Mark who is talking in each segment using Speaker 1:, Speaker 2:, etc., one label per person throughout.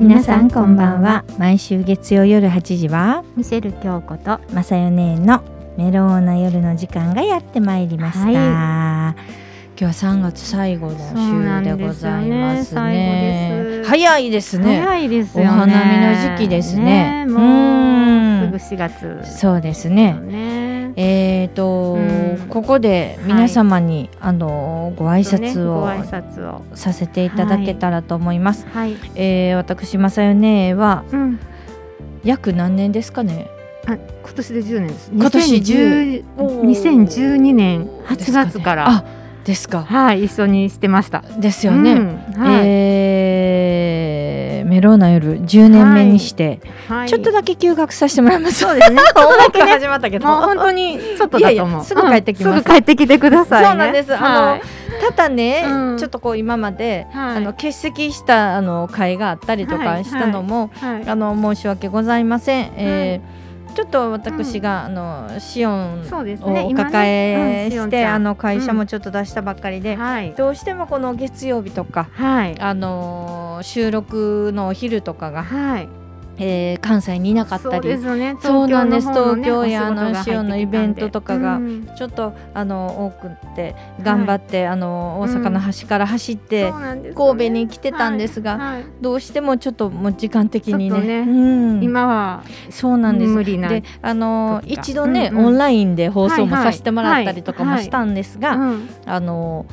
Speaker 1: 皆さんこんばんは毎週月曜夜8時は
Speaker 2: ミシェル京子と
Speaker 1: まさよ姉のメローな夜の時間がやってまいりました、
Speaker 2: はい
Speaker 1: 今日は3月最後の
Speaker 2: そうな
Speaker 1: 週
Speaker 2: ん
Speaker 1: で
Speaker 2: ですよね
Speaker 1: ございますね
Speaker 2: 最後です
Speaker 1: 早いですね
Speaker 2: 早いですよね
Speaker 1: お花見の時期ですね
Speaker 2: え
Speaker 1: う
Speaker 2: も
Speaker 1: ん
Speaker 2: うすぐ四月
Speaker 1: そうです
Speaker 2: だ
Speaker 1: ね
Speaker 2: ね
Speaker 1: えーと
Speaker 2: うん
Speaker 1: ここで皆様に、あのご挨
Speaker 2: ちょっとね
Speaker 1: 拶
Speaker 2: ご挨
Speaker 1: を
Speaker 2: 拶を
Speaker 1: させていただけたらと思います、
Speaker 2: はい
Speaker 1: えー私まさよ姉は
Speaker 2: うん
Speaker 1: 約何年ですかね
Speaker 2: あ今年で10年です
Speaker 1: 今年10
Speaker 2: 2012年8月から、
Speaker 1: あですか
Speaker 2: はい一緒にしてました
Speaker 1: ですよね、
Speaker 2: うんはい
Speaker 1: えーメローナ夜10年目にして、
Speaker 2: はい
Speaker 1: ちょっとだけ休学させてもらいます。
Speaker 2: そうで すね
Speaker 1: 音楽始まったけど、
Speaker 2: もう本当にちょっとだと思う
Speaker 1: いやいやすぐ帰ってきます
Speaker 2: うんすぐ帰ってきてくださいね
Speaker 1: そうなんですあのただね、
Speaker 2: うん
Speaker 1: ちょっとこう今まで、
Speaker 2: はい
Speaker 1: あの欠席したあの会があったりと
Speaker 2: は
Speaker 1: か
Speaker 2: い
Speaker 1: したのも、
Speaker 2: はいはい
Speaker 1: あの申し訳ございません。えーちょっと私が、あのシオン
Speaker 2: そうですね
Speaker 1: をお抱え
Speaker 2: 今ねうん
Speaker 1: し
Speaker 2: オン
Speaker 1: て、
Speaker 2: ちゃん
Speaker 1: あの会社もちょっと出したばっかりで、
Speaker 2: はい
Speaker 1: どうしてもこの月曜日とか。
Speaker 2: はい
Speaker 1: あの収録のお昼とかが、
Speaker 2: はい
Speaker 1: えー関西にいなかった
Speaker 2: そうで
Speaker 1: り
Speaker 2: すね
Speaker 1: そうなんです
Speaker 2: 東京の方の
Speaker 1: 東京
Speaker 2: ね
Speaker 1: やあの
Speaker 2: お仕事が入ってきたんで
Speaker 1: 塩のイベントとかが
Speaker 2: うん
Speaker 1: ちょっとあの多くって頑張って、あの大阪の端から走って、
Speaker 2: そうなんですよね
Speaker 1: 神戸に来てたんですが、
Speaker 2: はいはい
Speaker 1: どうしてもちょっともう時間的に
Speaker 2: ちょっと
Speaker 1: ね
Speaker 2: ね
Speaker 1: うん、
Speaker 2: 今は
Speaker 1: そうなんです
Speaker 2: 無理な
Speaker 1: であの
Speaker 2: 時が
Speaker 1: 一度ね、
Speaker 2: うんうん
Speaker 1: オンラインで放送も
Speaker 2: はいは
Speaker 1: さ
Speaker 2: い
Speaker 1: せてもらったりとかも
Speaker 2: はい
Speaker 1: したんですが、
Speaker 2: うん
Speaker 1: あの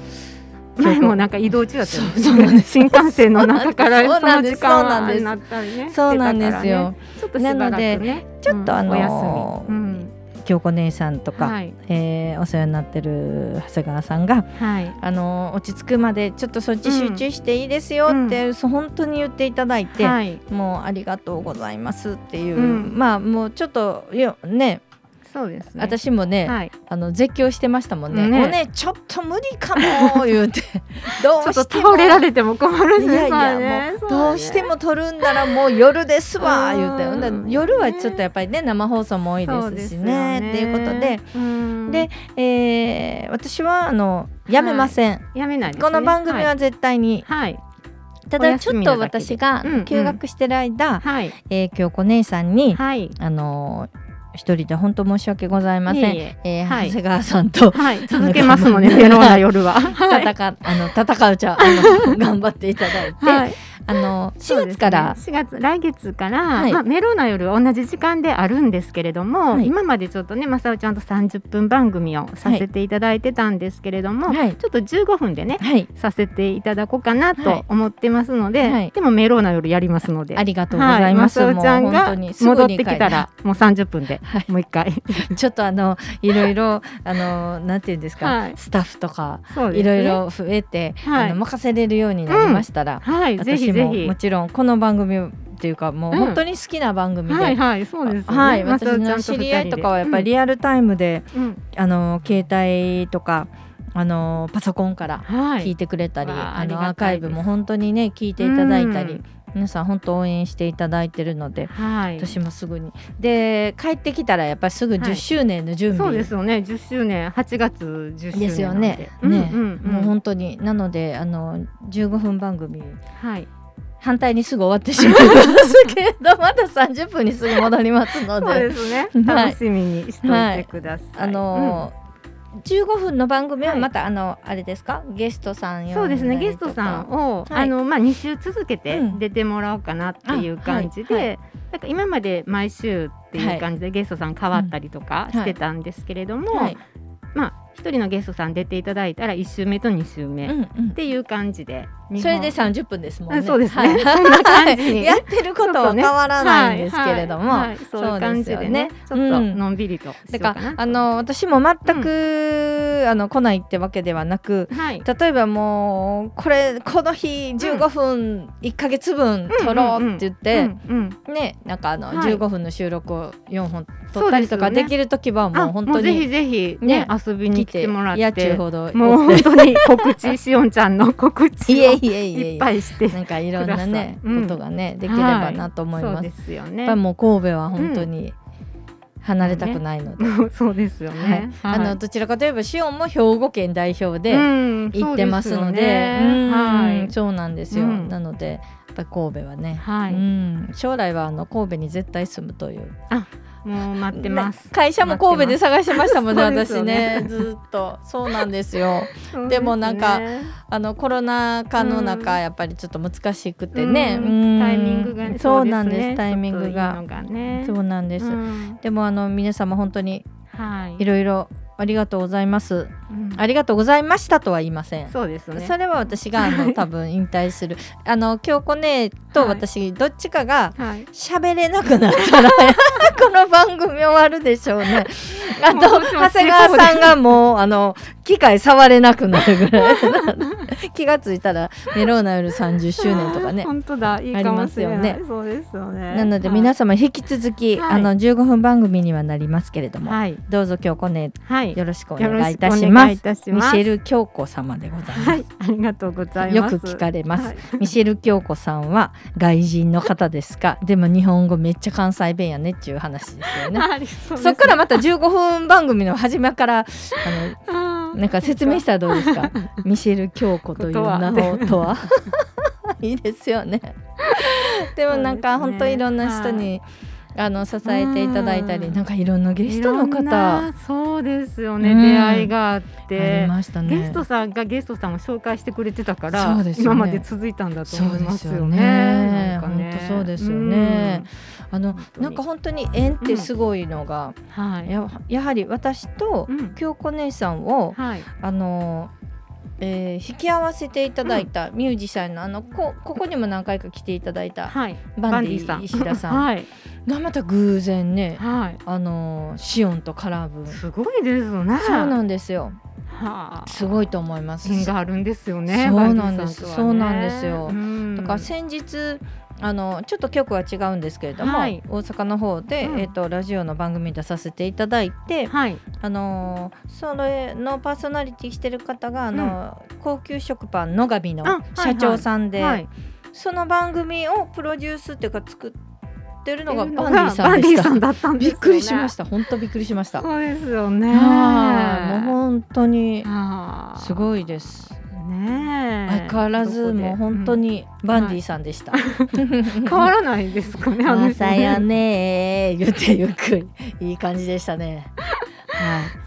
Speaker 2: 前もなんか移動中だったよね
Speaker 1: そうそうなんです
Speaker 2: 新幹線の中から
Speaker 1: そう
Speaker 2: そ
Speaker 1: なん
Speaker 2: の
Speaker 1: です
Speaker 2: 時
Speaker 1: そう
Speaker 2: 間
Speaker 1: なん
Speaker 2: は
Speaker 1: です
Speaker 2: なったりね
Speaker 1: そうなんですよ、
Speaker 2: してたからねちょっとしばらくね
Speaker 1: ちょっとあのー
Speaker 2: お休みうん
Speaker 1: 京子姉さんとか、
Speaker 2: はい
Speaker 1: えーお世話になってる長谷川さんが
Speaker 2: はい
Speaker 1: あの落ち着くまでちょっとそっち集中していいですよって、そう本当に言っていただいて、
Speaker 2: はい
Speaker 1: もうありがとうございますっていう、
Speaker 2: うん
Speaker 1: まあもうちょっとよね
Speaker 2: そうですね
Speaker 1: 私もね、
Speaker 2: はい
Speaker 1: あの絶叫してましたもんね。
Speaker 2: ね
Speaker 1: もうねちょっと無理かも言う てど
Speaker 2: ちょ
Speaker 1: う
Speaker 2: っと
Speaker 1: しても
Speaker 2: 倒れられても困る
Speaker 1: い
Speaker 2: んです
Speaker 1: やいや、もうどうしても撮るんならもう夜ですわ
Speaker 2: うん
Speaker 1: 言うてほんだら夜はちょっとやっぱりね生放送も多いですしねっていうことで、
Speaker 2: うん
Speaker 1: でえー私はあのやめません、
Speaker 2: やめないですね
Speaker 1: この番組は絶対に、
Speaker 2: はい
Speaker 1: た
Speaker 2: お
Speaker 1: だち
Speaker 2: 休
Speaker 1: ょっ
Speaker 2: みな
Speaker 1: と
Speaker 2: だけで
Speaker 1: 私が
Speaker 2: うんうん
Speaker 1: 休学してる間、
Speaker 2: はい
Speaker 1: えー、京子姉さんに、
Speaker 2: はい
Speaker 1: あのー一人で本当申し訳ございません。
Speaker 2: いえい
Speaker 1: えー
Speaker 2: はい
Speaker 1: 長谷川さんと
Speaker 2: はい続けますのでメローな夜はは
Speaker 1: 戦,、
Speaker 2: い
Speaker 1: あの戦うちゃうあの頑張っていただいて、
Speaker 2: はい
Speaker 1: あの4月から、
Speaker 2: そうですね、4月来月から、
Speaker 1: はい
Speaker 2: まあ、メロな夜は同じ時間であるんですけれども、
Speaker 1: はい
Speaker 2: 今までちょっとねまさおちゃんと30分番組をさせていただいてたんですけれども、
Speaker 1: はい
Speaker 2: ちょっと15分でね
Speaker 1: はい、
Speaker 2: させていただこうかな
Speaker 1: はい
Speaker 2: と思ってますので、
Speaker 1: はい
Speaker 2: でもメロな夜やりますので。
Speaker 1: ありがとうございます。
Speaker 2: はい、
Speaker 1: も
Speaker 2: ま
Speaker 1: う
Speaker 2: さおちゃん
Speaker 1: 本当
Speaker 2: が
Speaker 1: にすぐに
Speaker 2: 戻ってきたらもう30分で、
Speaker 1: はい
Speaker 2: もう一回
Speaker 1: ちょっとあのいろいろあのなんていうんですか、
Speaker 2: はい
Speaker 1: スタッフとか
Speaker 2: そうで
Speaker 1: い
Speaker 2: すね
Speaker 1: ろいろ増えて、
Speaker 2: はい
Speaker 1: あの任せれるようになりましたら、
Speaker 2: はいぜ
Speaker 1: 私
Speaker 2: ひぜ
Speaker 1: も
Speaker 2: ひ
Speaker 1: もちろんこの番組っていうかもう
Speaker 2: うん
Speaker 1: 本当に好きな番組で、
Speaker 2: はいはいそうですよね
Speaker 1: はい、
Speaker 2: ま
Speaker 1: 私
Speaker 2: さおちゃん
Speaker 1: の
Speaker 2: と二人
Speaker 1: 知
Speaker 2: で
Speaker 1: り合いとかはやっぱりリアルタイムで、
Speaker 2: うんうん
Speaker 1: あの携帯とかあのパソコンから
Speaker 2: は
Speaker 1: 聞い
Speaker 2: い
Speaker 1: てくれたり、
Speaker 2: わあ
Speaker 1: あの
Speaker 2: あり
Speaker 1: アー
Speaker 2: が
Speaker 1: カ
Speaker 2: た
Speaker 1: イ
Speaker 2: いです
Speaker 1: ブも本当にね聞いていただいたり、
Speaker 2: うん
Speaker 1: 皆さん本当応援していただいてるので
Speaker 2: はい
Speaker 1: 私もすぐにで帰ってきたらやっぱりすぐ
Speaker 2: は
Speaker 1: 10
Speaker 2: い
Speaker 1: 周年の準備、
Speaker 2: そうですよね10周年8月10周年なんで
Speaker 1: ですよね
Speaker 2: うん
Speaker 1: ね
Speaker 2: うんうん
Speaker 1: もう本当になのであの15分番組
Speaker 2: はい
Speaker 1: 反対にすぐ終わってしまいますけどまた30分にすぐ戻りますの
Speaker 2: そう
Speaker 1: で
Speaker 2: ですね
Speaker 1: はい
Speaker 2: 楽しみにしておいてください
Speaker 1: あの、15分の番組はまた、あのあれですかゲストさん
Speaker 2: うん
Speaker 1: 呼んだりとか
Speaker 2: そうですねゲストさんを
Speaker 1: はい
Speaker 2: あのまあ2週続けて
Speaker 1: うん
Speaker 2: 出てもらおうかなっていう感じ
Speaker 1: あはいは
Speaker 2: でなんか今まで毎週っていう感じでゲストさん変わったりとか
Speaker 1: うん
Speaker 2: してたんですけれど
Speaker 1: は
Speaker 2: も
Speaker 1: い、
Speaker 2: まあ一人のゲストさん出ていただいたら1週目と2週
Speaker 1: う
Speaker 2: 目っ
Speaker 1: んうん
Speaker 2: ていう感じで
Speaker 1: それで
Speaker 2: さ
Speaker 1: 30分ですもんね
Speaker 2: そうです ね
Speaker 1: はい
Speaker 2: そんな感じに
Speaker 1: やってることは変わらないんですけれども、
Speaker 2: はいはいはいそういう感じでねち
Speaker 1: そ
Speaker 2: ょ
Speaker 1: うですよ
Speaker 2: っ
Speaker 1: ね
Speaker 2: と
Speaker 1: うん
Speaker 2: のんびりとしよ
Speaker 1: だか
Speaker 2: うからな
Speaker 1: あの私も全く、あの来ないってわけではなく
Speaker 2: はい
Speaker 1: 例えばもうこれこの日15分1ヶ月分撮ろうって言って、
Speaker 2: うんうん
Speaker 1: ねなんかあの
Speaker 2: はい
Speaker 1: 15分の収録を4本撮ったりとか
Speaker 2: そうです
Speaker 1: で
Speaker 2: よね
Speaker 1: きる時は
Speaker 2: あ
Speaker 1: もう本当
Speaker 2: ぜひ
Speaker 1: に
Speaker 2: ぜひ
Speaker 1: ね
Speaker 2: ね遊び
Speaker 1: 来
Speaker 2: に来
Speaker 1: て
Speaker 2: てもらっ
Speaker 1: やっちゅう
Speaker 2: て
Speaker 1: ほど
Speaker 2: もう
Speaker 1: おっ
Speaker 2: 本当に告知しおんちゃんの 告
Speaker 1: てい
Speaker 2: 知
Speaker 1: え
Speaker 2: を
Speaker 1: いえいえ
Speaker 2: い
Speaker 1: い
Speaker 2: っ
Speaker 1: え
Speaker 2: ぱいして
Speaker 1: なんかいろんなね
Speaker 2: くださいうん
Speaker 1: ことがねできればなと思い
Speaker 2: そ
Speaker 1: ま
Speaker 2: う
Speaker 1: す。
Speaker 2: です
Speaker 1: や
Speaker 2: よね
Speaker 1: っぱりもう神戸は本当に、離れたくないので、
Speaker 2: そうですよ
Speaker 1: はい
Speaker 2: ね。
Speaker 1: あのどちらかといえばシオンも兵庫県代表で
Speaker 2: で
Speaker 1: 行ってますので,、うん
Speaker 2: はい。
Speaker 1: そうなんですよ、
Speaker 2: うん
Speaker 1: なのでやっぱり神戸はね、
Speaker 2: はい
Speaker 1: うん、将来はあの神戸に絶対住むという
Speaker 2: もう待ってます
Speaker 1: ね。会社も神戸で探してました もんね
Speaker 2: 待っ
Speaker 1: 私
Speaker 2: てます
Speaker 1: ねずっとそうなんですよ
Speaker 2: そう
Speaker 1: でも
Speaker 2: すね
Speaker 1: なんかあのコロナ禍の中、
Speaker 2: う
Speaker 1: やっぱりちょっと難しくてね、
Speaker 2: うん
Speaker 1: うん
Speaker 2: タイミングがね
Speaker 1: そうなん
Speaker 2: そ
Speaker 1: で
Speaker 2: う
Speaker 1: す
Speaker 2: ね
Speaker 1: タイミング
Speaker 2: ちょ
Speaker 1: が
Speaker 2: っといいのがね。
Speaker 1: そうなんです、
Speaker 2: うん
Speaker 1: でもあの皆様本当に
Speaker 2: はい
Speaker 1: いろいろありがとうございます
Speaker 2: うん
Speaker 1: ありがとうございましたとは言いません
Speaker 2: そうですね。
Speaker 1: それは私があの多分引退 するあの京子姉と私どっちかが
Speaker 2: はい。
Speaker 1: 喋れなくなったら この番組終わるでしょうねあと
Speaker 2: もうどうしま
Speaker 1: 長
Speaker 2: すね
Speaker 1: 谷川さんがもうあの機械触れなくなるぐらい気がついたらメローナより30周年とか ね
Speaker 2: 本当だ。いいかもしれ
Speaker 1: ありま
Speaker 2: な
Speaker 1: す
Speaker 2: い
Speaker 1: よ。
Speaker 2: そうですよね。
Speaker 1: なので皆様引き続き、
Speaker 2: はい
Speaker 1: あの15分番組にはなりますけれども、
Speaker 2: はい
Speaker 1: どうぞ京子姉
Speaker 2: はい。
Speaker 1: よろしくお
Speaker 2: よろ
Speaker 1: 願い
Speaker 2: し
Speaker 1: い
Speaker 2: くお
Speaker 1: たしま
Speaker 2: 願いい
Speaker 1: す
Speaker 2: たし
Speaker 1: ミ
Speaker 2: ます。
Speaker 1: シェル京子様でございます、
Speaker 2: はい。ありがとうござい
Speaker 1: よ
Speaker 2: ます。
Speaker 1: く聞かれます、
Speaker 2: はい
Speaker 1: ミシェル京子さんは外人の方ですかでも日本語めっちゃ関西弁やねっていう話ですよね
Speaker 2: あり そうです
Speaker 1: そっからまた15分番組の初めからあ
Speaker 2: あ
Speaker 1: の
Speaker 2: ー
Speaker 1: なんか説明したらどうです かミシェル京子という名をとはいいですよね でもなんか
Speaker 2: そうですね
Speaker 1: 本当いろんな人に、あの支えていただいたり
Speaker 2: うん
Speaker 1: なんかいろんなゲストの
Speaker 2: いろん
Speaker 1: 方あ
Speaker 2: なそうですよね、
Speaker 1: うん
Speaker 2: 出会いがあって
Speaker 1: りましたね
Speaker 2: ゲストさんがゲストさんを紹介してくれてたから、
Speaker 1: そうですよね
Speaker 2: 今まで続いたんだと思いますよね。
Speaker 1: そ
Speaker 2: なんか
Speaker 1: うですよね
Speaker 2: ね
Speaker 1: 本当そうですよね。あの
Speaker 2: 本当に
Speaker 1: なんか本当に縁ってすごいのが、
Speaker 2: うんはい。
Speaker 1: ややはり私と
Speaker 2: うん
Speaker 1: 京子姉さんを、
Speaker 2: はい。
Speaker 1: あのえー引き合わせていただいたミュージシャンのあのこここにも何回か来ていただいた
Speaker 2: はい。
Speaker 1: バンディ石田さん
Speaker 2: はい。
Speaker 1: がまた偶然ね、
Speaker 2: はい。
Speaker 1: あのシオンと絡むそ
Speaker 2: すごいですよね。
Speaker 1: うなんですよ
Speaker 2: はあ。
Speaker 1: すごいと思います。
Speaker 2: 縁があるんですよね。
Speaker 1: そうなんです
Speaker 2: バンディさとはね
Speaker 1: そうなんですよ
Speaker 2: うん
Speaker 1: だから先日あのちょっと局は違うんですけれども、
Speaker 2: はい
Speaker 1: 大阪の方で、
Speaker 2: うん
Speaker 1: えっとラジオの番組に出させていただいて、
Speaker 2: はい。
Speaker 1: あのーそれのパーソナリティしてる方があのー、高級食パン野上の
Speaker 2: あはい
Speaker 1: 社長さんで、
Speaker 2: はい。
Speaker 1: その番組をプロデュースっていうか作ってるのが
Speaker 2: っていう
Speaker 1: バンディさんで
Speaker 2: バンディ
Speaker 1: した。
Speaker 2: さんだったんです
Speaker 1: び
Speaker 2: よ
Speaker 1: っ
Speaker 2: ね
Speaker 1: くりしました。本当びっくりしました。
Speaker 2: そうですよね。
Speaker 1: はいもう本当に
Speaker 2: あー
Speaker 1: すごいです。
Speaker 2: ねえ
Speaker 1: 相変わらずもう本当、にバンディさんでした。
Speaker 2: どこでうん変わらないですかね。あの
Speaker 1: ま
Speaker 2: 人
Speaker 1: さや。ねー 言ってゆっくりいい感じでしたね。はい。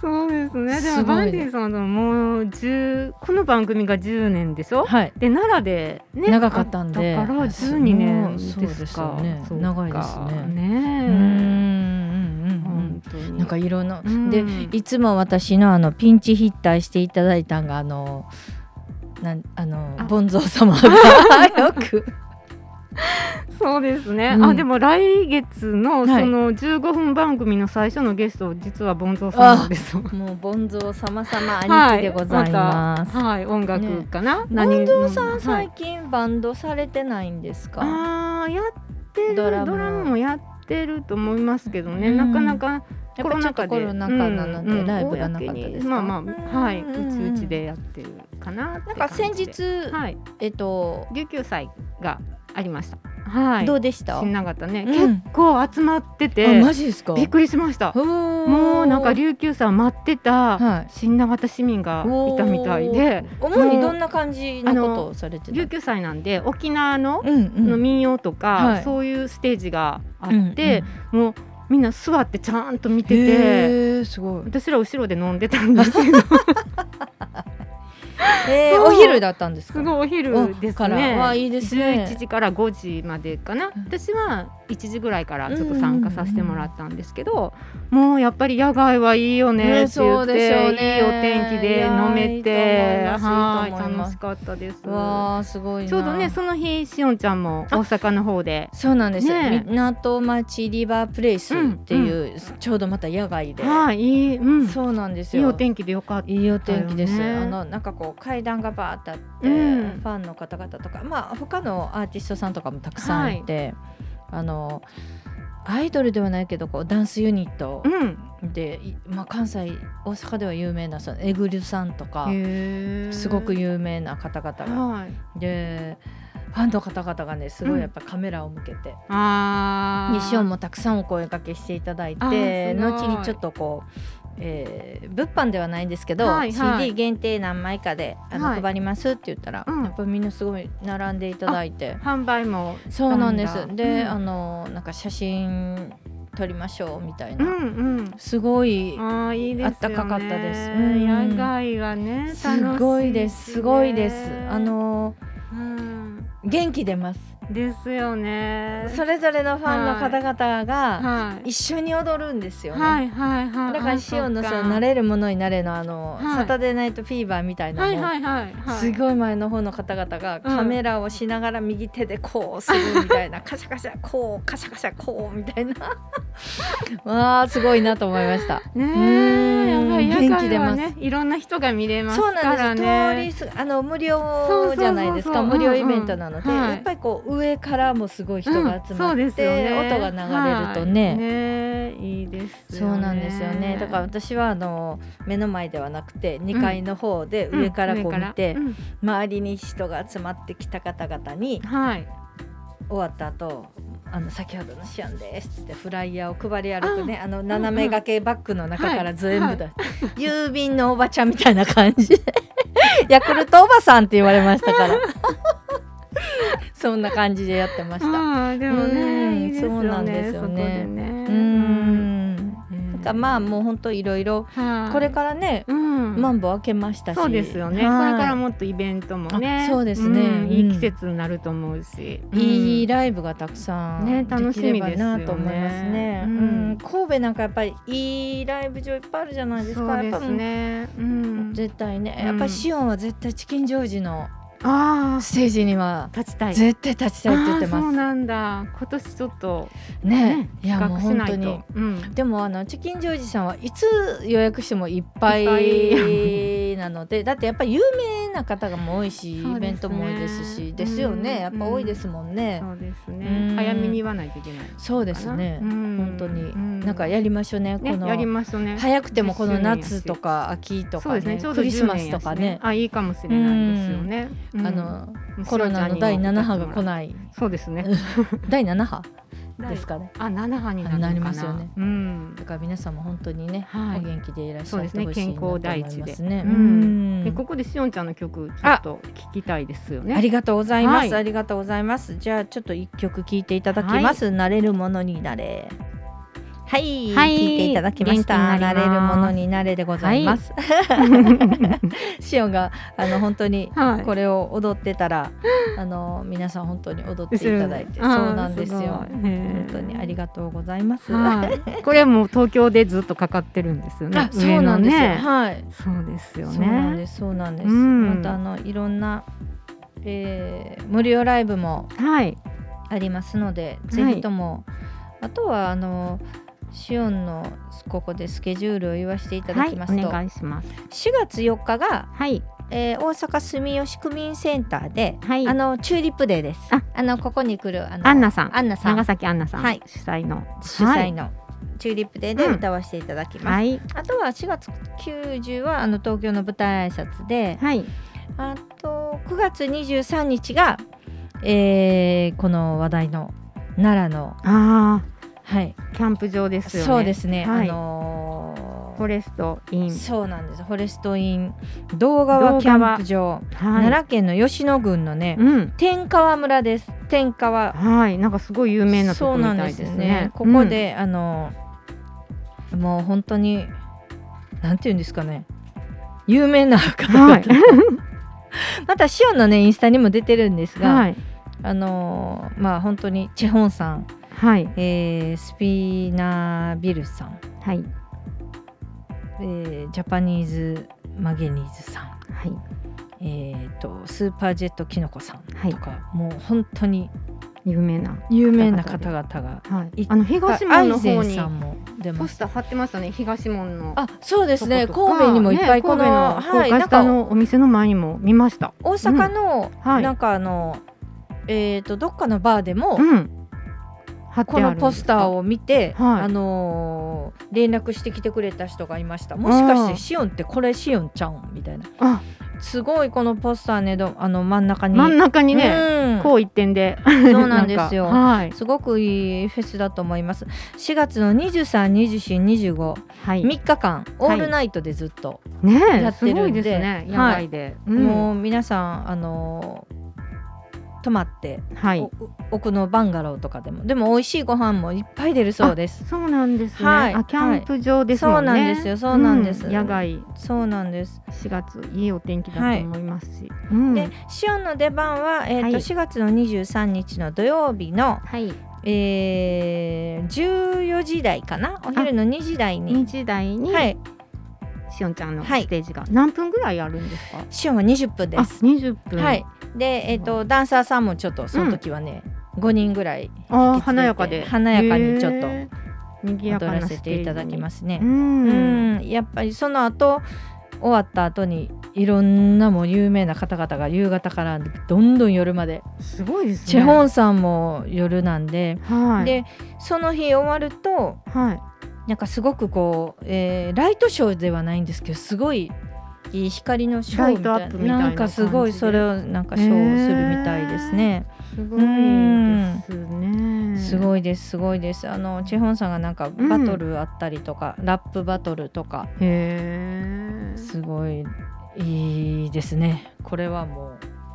Speaker 2: そうですね。で
Speaker 1: ごいね
Speaker 2: すもバンディさんのもう十この番組が10年でしょ。
Speaker 1: はい。
Speaker 2: で奈良でね
Speaker 1: 長かったんで
Speaker 2: あったから12年
Speaker 1: そう
Speaker 2: ですか。
Speaker 1: そうですよね
Speaker 2: そっか
Speaker 1: 長いですねう
Speaker 2: ね
Speaker 1: んうんう
Speaker 2: え。
Speaker 1: ん
Speaker 2: 本当
Speaker 1: う
Speaker 2: に
Speaker 1: ん。なんかいろんな、
Speaker 2: うん
Speaker 1: でいつも私のあのピンチヒッターしていただいたんがあのなんあの
Speaker 2: あ
Speaker 1: ボンゾー様 がよく
Speaker 2: そうですね。
Speaker 1: うん
Speaker 2: あでも来月の
Speaker 1: はい
Speaker 2: その15分番組の最初のゲスト実はボンゾーさんなんですよ。
Speaker 1: もうボンゾー様様
Speaker 2: は
Speaker 1: 兄貴でございます。
Speaker 2: たはい、音楽かな。
Speaker 1: ボンゾーさ
Speaker 2: は
Speaker 1: ん
Speaker 2: い
Speaker 1: 最近バンドされてないんですか？
Speaker 2: ああやってる
Speaker 1: ド
Speaker 2: ド
Speaker 1: ラ
Speaker 2: ラ
Speaker 1: ム
Speaker 2: ムもやってると思いますけど
Speaker 1: う
Speaker 2: ね、
Speaker 1: ん
Speaker 2: なかなか
Speaker 1: や
Speaker 2: コ
Speaker 1: っぱ
Speaker 2: ロ
Speaker 1: りちょっ
Speaker 2: ナ
Speaker 1: と
Speaker 2: 禍で
Speaker 1: コロナ禍なの
Speaker 2: うん
Speaker 1: で
Speaker 2: うん
Speaker 1: ライブがなかったですか？
Speaker 2: まあまあはい
Speaker 1: うん
Speaker 2: うちうちでやってるかなって
Speaker 1: なんか先
Speaker 2: 感じで
Speaker 1: 日、
Speaker 2: はい
Speaker 1: えっと、
Speaker 2: 19歳がありましたはい
Speaker 1: どうでした？
Speaker 2: 新長田ね、
Speaker 1: うん
Speaker 2: 結構集まって
Speaker 1: あ
Speaker 2: て
Speaker 1: マジですか？
Speaker 2: びっくりしましたも
Speaker 1: も
Speaker 2: うなんか琉球さん待ってた
Speaker 1: はい。
Speaker 2: 新長田市民がいたみたいで
Speaker 1: 主にどんな感じのことをされてた
Speaker 2: 琉球祭なんで沖縄の,、
Speaker 1: うんうん
Speaker 2: の民謡とか、
Speaker 1: はい
Speaker 2: そういうステージがあ
Speaker 1: うんうん
Speaker 2: って、もうみんな座ってちゃんと見てて
Speaker 1: へーすごい。
Speaker 2: 私ら後ろで飲んでたんですけど
Speaker 1: えー
Speaker 2: そ
Speaker 1: お
Speaker 2: う
Speaker 1: 昼だったんですか？
Speaker 2: すごいお昼で
Speaker 1: お
Speaker 2: す
Speaker 1: から
Speaker 2: ね
Speaker 1: わあいいですね
Speaker 2: 11時から5時までかな
Speaker 1: うん
Speaker 2: 私は1時ぐらいからちょっ
Speaker 1: うんうんうん
Speaker 2: と参加させてもらったんですけど、もうやっぱり野外はいいよね
Speaker 1: ね
Speaker 2: って言
Speaker 1: そう
Speaker 2: っ
Speaker 1: で
Speaker 2: て
Speaker 1: しょうね
Speaker 2: いいお天気
Speaker 1: い
Speaker 2: で
Speaker 1: やー
Speaker 2: 飲めて
Speaker 1: いいと思います
Speaker 2: はい
Speaker 1: いと思いま
Speaker 2: 楽
Speaker 1: す
Speaker 2: しかったです
Speaker 1: わあすごいな。
Speaker 2: ちょうどねその日しおんちゃんも大阪の方で
Speaker 1: そうなんです、
Speaker 2: ねえ
Speaker 1: 港町リバープレイスっていう、ちょうどまた野外で、
Speaker 2: はいいい、うん、
Speaker 1: そうなんです
Speaker 2: いい
Speaker 1: よ
Speaker 2: お天気でよかった
Speaker 1: いいお天気です、
Speaker 2: だよ
Speaker 1: あ
Speaker 2: ね
Speaker 1: のなんかこう階段がバーってあって、
Speaker 2: うん
Speaker 1: ファンの方々とかまあ他のアーティストさんとかもたくさんいて、あのアイドルではないけどこうダンスユニット
Speaker 2: うん
Speaker 1: で、いまあ、関西大阪では有名なそのえぐるさんとか
Speaker 2: へー
Speaker 1: すごく有名な方々が
Speaker 2: はい
Speaker 1: でファンの方々がねすごいやっぱカメラを向けて、
Speaker 2: あー
Speaker 1: にしおもたくさんお声掛けしていただい
Speaker 2: あ
Speaker 1: て
Speaker 2: ーすごい
Speaker 1: 後にちょっとこう、えー物販ではないんですけど、
Speaker 2: はいはい
Speaker 1: CD 限定何枚かであの
Speaker 2: はい
Speaker 1: 配りますって言ったら、
Speaker 2: うん
Speaker 1: やっぱみんなすごい並んでいただいて
Speaker 2: 販売も
Speaker 1: そうなんで
Speaker 2: した
Speaker 1: す
Speaker 2: んだ
Speaker 1: で、
Speaker 2: うん
Speaker 1: あのなんか写真撮りましょうみたいうな、
Speaker 2: ん
Speaker 1: すごい
Speaker 2: うんあーいいですよね
Speaker 1: あったかかったですうん
Speaker 2: 野外がね
Speaker 1: すごいですすごいですあ、
Speaker 2: 楽し
Speaker 1: の
Speaker 2: しねうん
Speaker 1: 元気出ます
Speaker 2: ですよね
Speaker 1: それぞれのファンの方々が
Speaker 2: はい
Speaker 1: 一緒に踊るんですよね、
Speaker 2: はいはいはい
Speaker 1: だからシオンの
Speaker 2: あ
Speaker 1: そ
Speaker 2: っ
Speaker 1: の
Speaker 2: か
Speaker 1: 慣れるものになれのあの、
Speaker 2: はい
Speaker 1: サタデーナイトフィーバーみたいな
Speaker 2: は
Speaker 1: の
Speaker 2: い
Speaker 1: も、
Speaker 2: はいはいはい
Speaker 1: すごい前の方の方々がカメラをしながら右手でこうするみ たいな、カシャカシャこうカシャカシャこうみたいな わあすごいなと思いました。
Speaker 2: ね
Speaker 1: うん
Speaker 2: えやばい野
Speaker 1: 元気出
Speaker 2: 外
Speaker 1: ま
Speaker 2: は
Speaker 1: す
Speaker 2: ねいろんな人が見れます
Speaker 1: そう
Speaker 2: か
Speaker 1: な
Speaker 2: ら
Speaker 1: ん
Speaker 2: ね
Speaker 1: です通りすあの無料じゃないですか
Speaker 2: そうそうそ
Speaker 1: 無
Speaker 2: うそう
Speaker 1: 料イベントなので、
Speaker 2: うんうんはい
Speaker 1: やっぱりこう上からもすごい人が集ま
Speaker 2: うんそう
Speaker 1: っ
Speaker 2: ですよ
Speaker 1: て、
Speaker 2: ね
Speaker 1: 音が流れるとね,、
Speaker 2: はいねえいいです
Speaker 1: そ
Speaker 2: よね
Speaker 1: うなんですよねだから私はあの目の前ではなくて2階の方で
Speaker 2: うん
Speaker 1: 上からこう
Speaker 2: 上
Speaker 1: 見て、
Speaker 2: うん
Speaker 1: 周りに人が集まってきた方々に
Speaker 2: はい
Speaker 1: 終わった後あの先ほどのシアンですってフライヤーを配り歩くねあの斜め掛けバッグの中から全部だ、 郵便のおばちゃんみたいな感じで ヤクルトおばさんって言われましたから そんな感じでやってました。う
Speaker 2: ああでも
Speaker 1: うん
Speaker 2: ねいいですよね
Speaker 1: そうなんですよね
Speaker 2: そこでね
Speaker 1: ーん
Speaker 2: うん
Speaker 1: なんかまあもう本当いろいろ
Speaker 2: はい
Speaker 1: これからね、
Speaker 2: うん
Speaker 1: マンボ開けましたし
Speaker 2: そうですよねこれ
Speaker 1: はい
Speaker 2: からもっとイベントもね
Speaker 1: あそうですね
Speaker 2: うん
Speaker 1: うん
Speaker 2: いい季節になると思うし
Speaker 1: いい
Speaker 2: ら
Speaker 1: ライブがたくさん
Speaker 2: ね
Speaker 1: で
Speaker 2: 楽
Speaker 1: き
Speaker 2: し
Speaker 1: れ
Speaker 2: み
Speaker 1: ば
Speaker 2: ですよね
Speaker 1: なと思いますね。
Speaker 2: うん
Speaker 1: うん神戸なんかやっぱりいいライブ場いっぱいあるじゃないです
Speaker 2: そ
Speaker 1: か。
Speaker 2: うで
Speaker 1: やっ
Speaker 2: す
Speaker 1: ぱり
Speaker 2: ねう
Speaker 1: うん
Speaker 2: ん
Speaker 1: 絶対ね、
Speaker 2: うん
Speaker 1: やっぱりシオンは絶対チキンジョージの
Speaker 2: ああ
Speaker 1: ステージには
Speaker 2: 立ちたい
Speaker 1: 絶対立ちたいって言って
Speaker 2: あーそ
Speaker 1: ま
Speaker 2: う
Speaker 1: す。
Speaker 2: なんだ今年ちょっと
Speaker 1: ね
Speaker 2: ね、
Speaker 1: いやもう
Speaker 2: 隠し
Speaker 1: 本
Speaker 2: ない
Speaker 1: 当
Speaker 2: と
Speaker 1: に。
Speaker 2: うん
Speaker 1: でもあのチキンジョージさんはいつ予約してもいっぱいなので、だってやっぱり有名な方がも多いし、
Speaker 2: そうですね
Speaker 1: イベントも多いですし、ですよね。
Speaker 2: うん
Speaker 1: やっぱ多いですもんね。
Speaker 2: そうです
Speaker 1: う
Speaker 2: ね
Speaker 1: ん
Speaker 2: 早めに言わないといけないか
Speaker 1: そうで
Speaker 2: な
Speaker 1: すね。
Speaker 2: うん
Speaker 1: 本当に、
Speaker 2: うん
Speaker 1: なんかやりましょうね、こ
Speaker 2: ねやり
Speaker 1: の
Speaker 2: ましょうね
Speaker 1: 早くてもこの夏とか秋と
Speaker 2: そう
Speaker 1: か
Speaker 2: です
Speaker 1: ね
Speaker 2: ねちょうど
Speaker 1: クリスマ
Speaker 2: 10
Speaker 1: ス
Speaker 2: 年や
Speaker 1: と
Speaker 2: し
Speaker 1: かね
Speaker 2: あいいかもしれないですよねうん
Speaker 1: あの
Speaker 2: うん
Speaker 1: コロナの第7波が来
Speaker 2: い
Speaker 1: ない
Speaker 2: そうですね
Speaker 1: 第7波ですかね
Speaker 2: あ7波になるのかな
Speaker 1: なりますよね
Speaker 2: うん
Speaker 1: だから皆さんも本当にね、
Speaker 2: はい
Speaker 1: お元気でいらっしゃって
Speaker 2: そう
Speaker 1: ほ
Speaker 2: で
Speaker 1: しい
Speaker 2: すね
Speaker 1: なと思いますね
Speaker 2: 健康第一で
Speaker 1: うん
Speaker 2: でここでしおんちゃんの曲ちょっと聞きたいですよね
Speaker 1: ありがとうございます、
Speaker 2: はい
Speaker 1: ありがとうございますじゃあちょっと一曲聴いていただきます、慣れるものになれはい、
Speaker 2: はい
Speaker 1: 聞いていただきました
Speaker 2: 元気にな
Speaker 1: 慣
Speaker 2: ります
Speaker 1: れるものになれでございます、シオンがあの本当に
Speaker 2: はい
Speaker 1: これを踊ってたら、 あの皆さん本当に踊っていただいて、
Speaker 2: 後ろに
Speaker 1: そうなんですよ。
Speaker 2: あーすごいへー
Speaker 1: 本当にありがとうございます。
Speaker 2: はいこれはもう東京でずっとかかってるんですよね
Speaker 1: あ、そうなんですよ。
Speaker 2: 上のね
Speaker 1: はい。
Speaker 2: そうですよ
Speaker 1: そうなん
Speaker 2: ね
Speaker 1: です。そうなんです。
Speaker 2: うん
Speaker 1: またあのいろんな、えー、無料ライブも
Speaker 2: はい
Speaker 1: ありますので、
Speaker 2: い
Speaker 1: ぜひとも、あとはあの。シオンのここでスケジュールを言わせていただ
Speaker 2: は
Speaker 1: き
Speaker 2: い
Speaker 1: ますと、
Speaker 2: お願いします
Speaker 1: 4月4日が、
Speaker 2: はい
Speaker 1: えー、大阪住吉区民センターで、
Speaker 2: はい
Speaker 1: あのチューリップデーです。あ
Speaker 2: あ
Speaker 1: のここに来るあの
Speaker 2: アンナさん
Speaker 1: アンナさん
Speaker 2: 長崎アンナさん
Speaker 1: はい
Speaker 2: 主催の
Speaker 1: 主催のチューリップデーで歌わせていただきます。
Speaker 2: はい
Speaker 1: あとは4月90はあの東京の舞台挨拶で、
Speaker 2: はい
Speaker 1: あと9月23日が、えーこの話題の奈良の、
Speaker 2: あ
Speaker 1: はい、
Speaker 2: ーキャンプ場ですよね
Speaker 1: そうですね、
Speaker 2: はい
Speaker 1: あのー
Speaker 2: フォレストイン
Speaker 1: そうなんですフォレストイン道川キャンプ場、
Speaker 2: はい
Speaker 1: 奈良県の吉野郡のね、
Speaker 2: うん
Speaker 1: 天川村です天川
Speaker 2: はいなんかすごい有名なとこみたいですね
Speaker 1: そうなんですねここで、あのもう本当になんていうんですかね有名な方
Speaker 2: うん
Speaker 1: 々、
Speaker 2: はい
Speaker 1: またシオンのねインスタにも出てるんですが、
Speaker 2: はい
Speaker 1: あのまあ本当にチェホンさん、
Speaker 2: はい
Speaker 1: えースピナビルさん、
Speaker 2: はい
Speaker 1: えージャパニーズマゲニーズさん、
Speaker 2: はい
Speaker 1: えー、とスーパージェットキノコさん
Speaker 2: はい
Speaker 1: とか、もう本当に
Speaker 2: 有名な
Speaker 1: 有名な方々が
Speaker 2: はい
Speaker 1: い
Speaker 2: あの東門の
Speaker 1: ア
Speaker 2: 方
Speaker 1: イゼン
Speaker 2: に
Speaker 1: さんも出ま
Speaker 2: ポ
Speaker 1: す
Speaker 2: スター貼ってましたね東門の
Speaker 1: あ、そうですね。
Speaker 2: とことか
Speaker 1: 神戸にもいっぱい
Speaker 2: ね
Speaker 1: この、
Speaker 2: 神戸の
Speaker 1: はい、
Speaker 2: 高
Speaker 1: なん
Speaker 2: 架下
Speaker 1: か
Speaker 2: のお店の前にも見ました
Speaker 1: 大阪の、
Speaker 2: うんはい
Speaker 1: なんかあのえっ、とどっかのバーでも、
Speaker 2: うん貼って
Speaker 1: こ
Speaker 2: あ
Speaker 1: の
Speaker 2: る
Speaker 1: ポスター
Speaker 2: を
Speaker 1: を見て、
Speaker 2: はい
Speaker 1: あのー連絡してきてくれた人がいました。もしかし
Speaker 2: あ
Speaker 1: て
Speaker 2: ー
Speaker 1: シオンってこれシオンちゃうんみたいな。
Speaker 2: あ
Speaker 1: すごいこのポスターねどあの真ん中に
Speaker 2: 真ん中にね、
Speaker 1: うん
Speaker 2: こう一点で
Speaker 1: そうなんです よ
Speaker 2: かはい、
Speaker 1: すごくいいフェスだと思います4月の23、24、25
Speaker 2: はい、
Speaker 1: 3日間オ
Speaker 2: はい
Speaker 1: ールナイトでずっと、
Speaker 2: ねえ
Speaker 1: やってるんです
Speaker 2: ごいですね野外で、
Speaker 1: も
Speaker 2: も
Speaker 1: う皆さんあのー泊まって、
Speaker 2: うんはい
Speaker 1: お奥のバンガローとかでもでも美味しいご飯もいっぱい出るそうです
Speaker 2: そうなんですね、
Speaker 1: はい
Speaker 2: あキャンプ場ですもんね、
Speaker 1: はいそうなんですよそうなんです
Speaker 2: ん野外
Speaker 1: そうなんです、
Speaker 2: 4月いいお天気だと思いますし、うん
Speaker 1: でシオンの出番は、えーと
Speaker 2: はい
Speaker 1: 4月の23日の土曜日の、
Speaker 2: はい
Speaker 1: えー、14時台かなお昼の2時台に
Speaker 2: 2時台に
Speaker 1: はい
Speaker 2: しおんちゃんの
Speaker 1: はい
Speaker 2: ステージが何分ぐらいあるんですか、
Speaker 1: シオンは20分
Speaker 2: あ
Speaker 1: です
Speaker 2: 20分
Speaker 1: はいでえっ、とダンサーさんもちょっとその時はね、5人ぐらい
Speaker 2: あー華やかで
Speaker 1: 華やかにちょっと
Speaker 2: へー賑
Speaker 1: 踊
Speaker 2: やからな
Speaker 1: せていただきますすね
Speaker 2: う。ん、
Speaker 1: うん、やっぱりその後終わった後にいろんなもう有名な方々が夕方からどんどん夜まで、
Speaker 2: すごいですね
Speaker 1: チェホンさんも夜なんで、
Speaker 2: はい
Speaker 1: でその日終わると
Speaker 2: はい
Speaker 1: なんかすごくこう、えーライトショーではないんですけどすごいいい光のショーみたいな
Speaker 2: ライトアップみたいな感じで
Speaker 1: んかすごいそれをなんかショーをするみたいですね。
Speaker 2: すごいですね
Speaker 1: す
Speaker 2: い
Speaker 1: ごいですすごいですあのチェホンさんがなんか
Speaker 2: うん
Speaker 1: バトルあったりとか、ラップバトルとか
Speaker 2: へえ
Speaker 1: すごいいいですねこれはも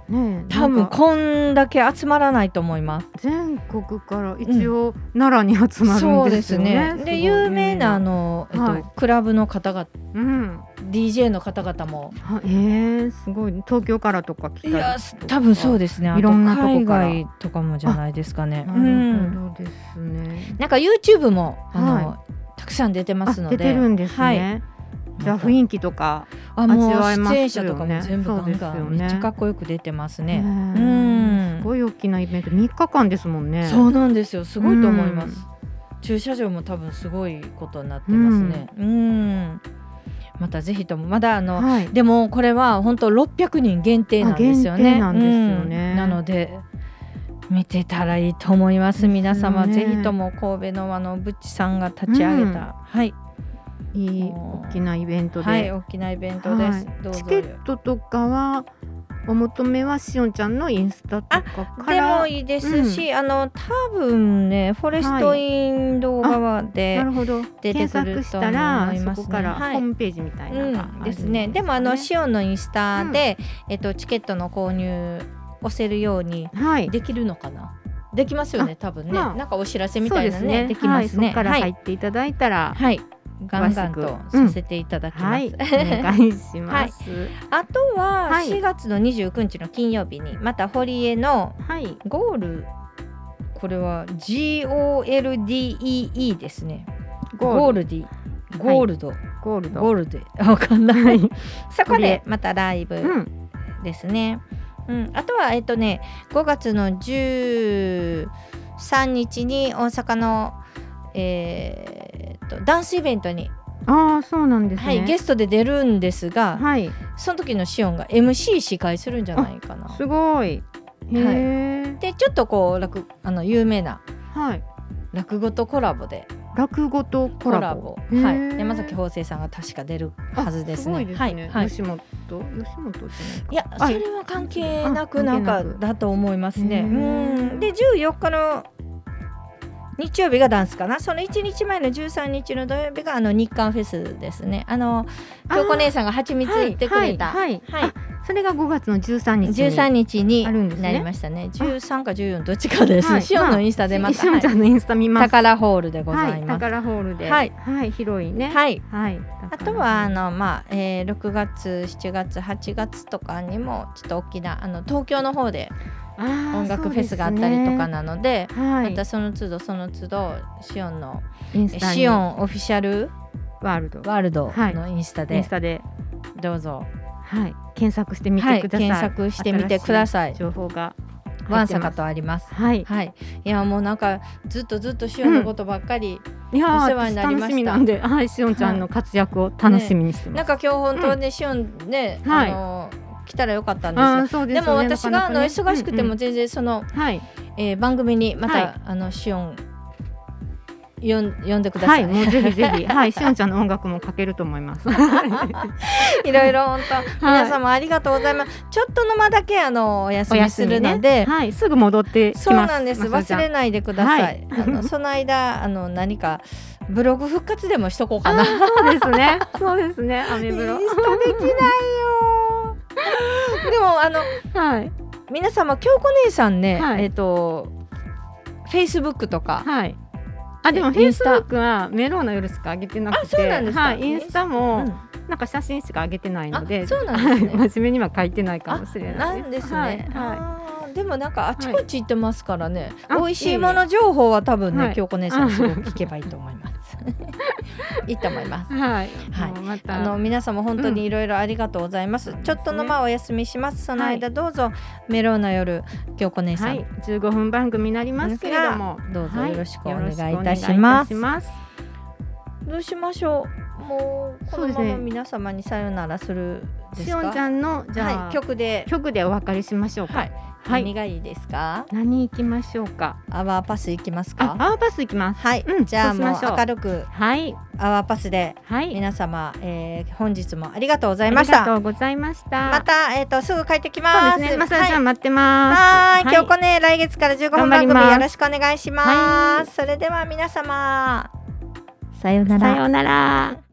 Speaker 1: う
Speaker 2: ねえ
Speaker 1: 多
Speaker 2: な
Speaker 1: 分
Speaker 2: んか
Speaker 1: こんだけ集まらないと思います
Speaker 2: 全国から一応奈良に集まるんですよね。
Speaker 1: で有名なあの、えっと
Speaker 2: はい
Speaker 1: クラブの方々
Speaker 2: うん。
Speaker 1: DJ の方々も
Speaker 2: あえー、すごい東京からとか来た
Speaker 1: い
Speaker 2: りとか
Speaker 1: や多分そうですねあと
Speaker 2: いろんなとこから
Speaker 1: 海外とかもじゃないですかね
Speaker 2: な
Speaker 1: う
Speaker 2: る
Speaker 1: ん
Speaker 2: ほどですね。
Speaker 1: なんか YouTube もあの、
Speaker 2: は
Speaker 1: たくさん出てますの
Speaker 2: あ
Speaker 1: で
Speaker 2: 出てるんですね。
Speaker 1: はい
Speaker 2: じゃあ雰囲気とか、
Speaker 1: あもう
Speaker 2: 味わえます
Speaker 1: 出
Speaker 2: よね
Speaker 1: 演者とかも全部ガンガ
Speaker 2: そうですよ
Speaker 1: ン
Speaker 2: ね
Speaker 1: めっちゃかっこよく出てます
Speaker 2: ね
Speaker 1: ね。
Speaker 2: え
Speaker 1: うん
Speaker 2: すごい大きなイベント3日間ですもんね。
Speaker 1: そうなんですよすごいと思います。駐車場も多分すごいことになってますね。うん。またぜひともまだあの
Speaker 2: はい。
Speaker 1: でもこれは本当600人限定なんですよね。
Speaker 2: あ限定なんですよね
Speaker 1: うんなので。見てたらいいと思います。皆様、
Speaker 2: です
Speaker 1: ぜ
Speaker 2: よね
Speaker 1: ひとも神戸のあのぶっちさんが立ち上げた、
Speaker 2: うん
Speaker 1: はい、
Speaker 2: いい
Speaker 1: もう
Speaker 2: 大きなイベントで。
Speaker 1: はい、大きなイベントです。
Speaker 2: はい
Speaker 1: どうぞ
Speaker 2: チケットとかはお求めはしおんちゃんのインスタとかか
Speaker 1: で
Speaker 2: ら
Speaker 1: もいいですし、あの多分ねフォレストイン動画はで
Speaker 2: な、るほど
Speaker 1: 出て
Speaker 2: 検
Speaker 1: くる
Speaker 2: 索
Speaker 1: と
Speaker 2: した
Speaker 1: 思いますね
Speaker 2: らそこからホ
Speaker 1: はい
Speaker 2: ームページみたいなのがある
Speaker 1: うん
Speaker 2: ん
Speaker 1: ですねでもあの
Speaker 2: し
Speaker 1: シオンのインスタで、えっとチケットの購入押せるように
Speaker 2: はい
Speaker 1: できるのかなできますよね多分ね、
Speaker 2: まあ
Speaker 1: なんかお知らせみ
Speaker 2: そ
Speaker 1: た
Speaker 2: う
Speaker 1: い
Speaker 2: で
Speaker 1: な
Speaker 2: す
Speaker 1: ね
Speaker 2: ね
Speaker 1: できます
Speaker 2: はいそ
Speaker 1: ね
Speaker 2: こから
Speaker 1: はい、は
Speaker 2: 入
Speaker 1: い
Speaker 2: っていただいたら
Speaker 1: ガンガンと
Speaker 2: うん
Speaker 1: させていただきます、
Speaker 2: はい、お願いします
Speaker 1: あとは
Speaker 2: はい
Speaker 1: 4月の29日の金曜日にまた堀江の
Speaker 2: はい
Speaker 1: ゴールこれは GOLDEE ですねゴールディゴールド、
Speaker 2: ゴールド
Speaker 1: ゴールディわかんな
Speaker 2: はい い
Speaker 1: そこ
Speaker 2: 取り
Speaker 1: で
Speaker 2: 柄
Speaker 1: またライ
Speaker 2: う
Speaker 1: ブ
Speaker 2: ん
Speaker 1: ですね、うんあとはえっとね5月の13日に大阪のえーっとダンスイベントに、
Speaker 2: ああそうなんですね
Speaker 1: はい、ゲストで出るんですが、
Speaker 2: はい
Speaker 1: その時のシオンが MC 司会するんじゃないかな
Speaker 2: すごいへえ
Speaker 1: でちょっとこう落あの有名な
Speaker 2: はい
Speaker 1: 落語とコラボで
Speaker 2: 落語とコ
Speaker 1: コラ
Speaker 2: ラ
Speaker 1: ボ
Speaker 2: ボ
Speaker 1: はい、
Speaker 2: へえ
Speaker 1: 山崎邦生さんが確か出るはずです
Speaker 2: あご
Speaker 1: ね。
Speaker 2: いです
Speaker 1: はい、
Speaker 2: ね。
Speaker 1: はい、
Speaker 2: 吉本、吉本じ
Speaker 1: いや、そ
Speaker 2: はい
Speaker 1: れは関係なく、
Speaker 2: あ
Speaker 1: なん
Speaker 2: 関係
Speaker 1: か
Speaker 2: なく
Speaker 1: だと思いますね。
Speaker 2: へ
Speaker 1: う
Speaker 2: ー
Speaker 1: ん、で、14日の。日曜日がダンスかな、その1日前の13日の土曜日が、あの日韓フェスですね。あの、
Speaker 2: ゃない。
Speaker 1: 京子姉
Speaker 2: さ
Speaker 1: さんが蜂蜜行ってくれた。
Speaker 2: はいはいはい
Speaker 1: はい
Speaker 2: あそれが5月の13日に。
Speaker 1: 13日に
Speaker 2: あるんですね
Speaker 1: なりましたね。13か14どっちかです。
Speaker 2: はい
Speaker 1: シオンのインスタでま た、
Speaker 2: しおんちゃんのインスタ見
Speaker 1: はい
Speaker 2: ます。
Speaker 1: 宝ホールでござ
Speaker 2: はいい、
Speaker 1: ます。
Speaker 2: 宝ホールで。
Speaker 1: はい
Speaker 2: はい、広いね。
Speaker 1: はい。
Speaker 2: はい。
Speaker 1: あとはあ
Speaker 2: 宝
Speaker 1: の、まあえー、6月7月8月とかにもちょっと大きなあの東京の方で
Speaker 2: ホール、あー
Speaker 1: 音楽フェスがあったりとか。なので
Speaker 2: そうですねは
Speaker 1: また
Speaker 2: い。
Speaker 1: その都度その都度シオンの
Speaker 2: イン
Speaker 1: え
Speaker 2: スタに
Speaker 1: シオンオフィシャル
Speaker 2: ワールド。
Speaker 1: ワールド
Speaker 2: はい
Speaker 1: のインスタ
Speaker 2: イン
Speaker 1: で
Speaker 2: スタで。
Speaker 1: どうぞ、
Speaker 2: はい。検索してみ
Speaker 1: は
Speaker 2: て
Speaker 1: い、
Speaker 2: ください。
Speaker 1: 検索してみてください
Speaker 2: 新し情報が。
Speaker 1: ワンサカ。とあります
Speaker 2: はい。
Speaker 1: はいいやもうなんかずっとずっとシオンのことばっかり、
Speaker 2: いやー、
Speaker 1: お世話になりました
Speaker 2: 私楽しみなんで、はい、しおんちゃんの活躍を楽しみにしてます。
Speaker 1: なんか今日本当ね、シオンね、
Speaker 2: はい
Speaker 1: あの来たらよかったんですよ
Speaker 2: あーそう
Speaker 1: で
Speaker 2: です
Speaker 1: も
Speaker 2: よね
Speaker 1: 私があの
Speaker 2: なかなかね
Speaker 1: 忙しくて
Speaker 2: うんう
Speaker 1: も
Speaker 2: ん
Speaker 1: 全然その、
Speaker 2: はい。
Speaker 1: えー番組にまた、
Speaker 2: はい
Speaker 1: あのシオンよん呼んでくだ
Speaker 2: は
Speaker 1: さい、
Speaker 2: い、もうぜひぜひ、はい、しおんちゃんの音楽もかけると思 います。
Speaker 1: いろいろ本当
Speaker 2: はい
Speaker 1: 皆様ありがとうございます、ちょっとの間だけあのお休
Speaker 2: お
Speaker 1: み
Speaker 2: 休
Speaker 1: す
Speaker 2: み
Speaker 1: る
Speaker 2: ね
Speaker 1: ので、
Speaker 2: はい、すぐ戻ってきます。
Speaker 1: そうなんです
Speaker 2: まさちゃ
Speaker 1: 忘
Speaker 2: ん
Speaker 1: れないでください、
Speaker 2: はい
Speaker 1: あのその間あの何かブログ復活でもしとこうかな
Speaker 2: あーそうですね。そうですね。ア
Speaker 1: イ
Speaker 2: メ
Speaker 1: ンス
Speaker 2: ブロ。
Speaker 1: タで きないよーでもあの
Speaker 2: はい。
Speaker 1: 皆様京子姉さんね、
Speaker 2: はい
Speaker 1: えっ、とフェイスブックとか
Speaker 2: はい。あ、でも、
Speaker 1: え
Speaker 2: フェイスブックはメロウの夜しか上げてなくて。
Speaker 1: あそうなんですか
Speaker 2: はい、インスタも、
Speaker 1: うん
Speaker 2: なんか写真しか上げてないので。
Speaker 1: あそうなんですね
Speaker 2: はい真面目には書いてないかもしれな
Speaker 1: ないんですね、
Speaker 2: はい。はい
Speaker 1: あーでもなんかあちこち行ってますからね、
Speaker 2: はいあ
Speaker 1: 美味しいもの情報は多分ね、
Speaker 2: はい
Speaker 1: 京子姉さんすごく聞けばいいと思い ます。いいと思います。
Speaker 2: はい。
Speaker 1: はい
Speaker 2: もうまた。
Speaker 1: あの皆様本当にいろいろありがとうございます。
Speaker 2: ん
Speaker 1: ちょっとの間お休みします。その間どうぞ、メロウな夜京子姉さん、
Speaker 2: はい、15分番組になりますけれども。
Speaker 1: どうぞ
Speaker 2: はい
Speaker 1: よろしくお願いいたします。
Speaker 2: よろしくお願いいたします
Speaker 1: どうしましょう。もうこ
Speaker 2: そ
Speaker 1: の
Speaker 2: うです
Speaker 1: ま
Speaker 2: ね
Speaker 1: ま皆様にさよならするです
Speaker 2: しお
Speaker 1: か。
Speaker 2: んちゃんの、じゃ
Speaker 1: は
Speaker 2: あ、
Speaker 1: い、曲で、
Speaker 2: 曲でお別れしましょう
Speaker 1: は
Speaker 2: か
Speaker 1: い。
Speaker 2: はい。
Speaker 1: 何がいいですか。
Speaker 2: 何行きましょうか。
Speaker 1: アワーパスいきます
Speaker 2: あ
Speaker 1: か。、
Speaker 2: アワーパス行きます。
Speaker 1: はい、
Speaker 2: うん
Speaker 1: じゃあ
Speaker 2: そうし
Speaker 1: も
Speaker 2: ましょう
Speaker 1: う明るく
Speaker 2: はい。
Speaker 1: アワーパスで
Speaker 2: はい。
Speaker 1: 皆様、えー、本日もありがとうござ
Speaker 2: あ
Speaker 1: い
Speaker 2: り
Speaker 1: ま
Speaker 2: が
Speaker 1: した。
Speaker 2: と
Speaker 1: ま
Speaker 2: うございました。
Speaker 1: たえっ、とすぐ帰ってきま
Speaker 2: そ
Speaker 1: す。
Speaker 2: うですね。まさちゃ
Speaker 1: はい
Speaker 2: ん待ってます。
Speaker 1: はーい、今日こね来月から15分番
Speaker 2: 頑張り
Speaker 1: 組
Speaker 2: ます
Speaker 1: よろしくお願いします。
Speaker 2: はい
Speaker 1: それでは皆様さよう
Speaker 2: さようなら。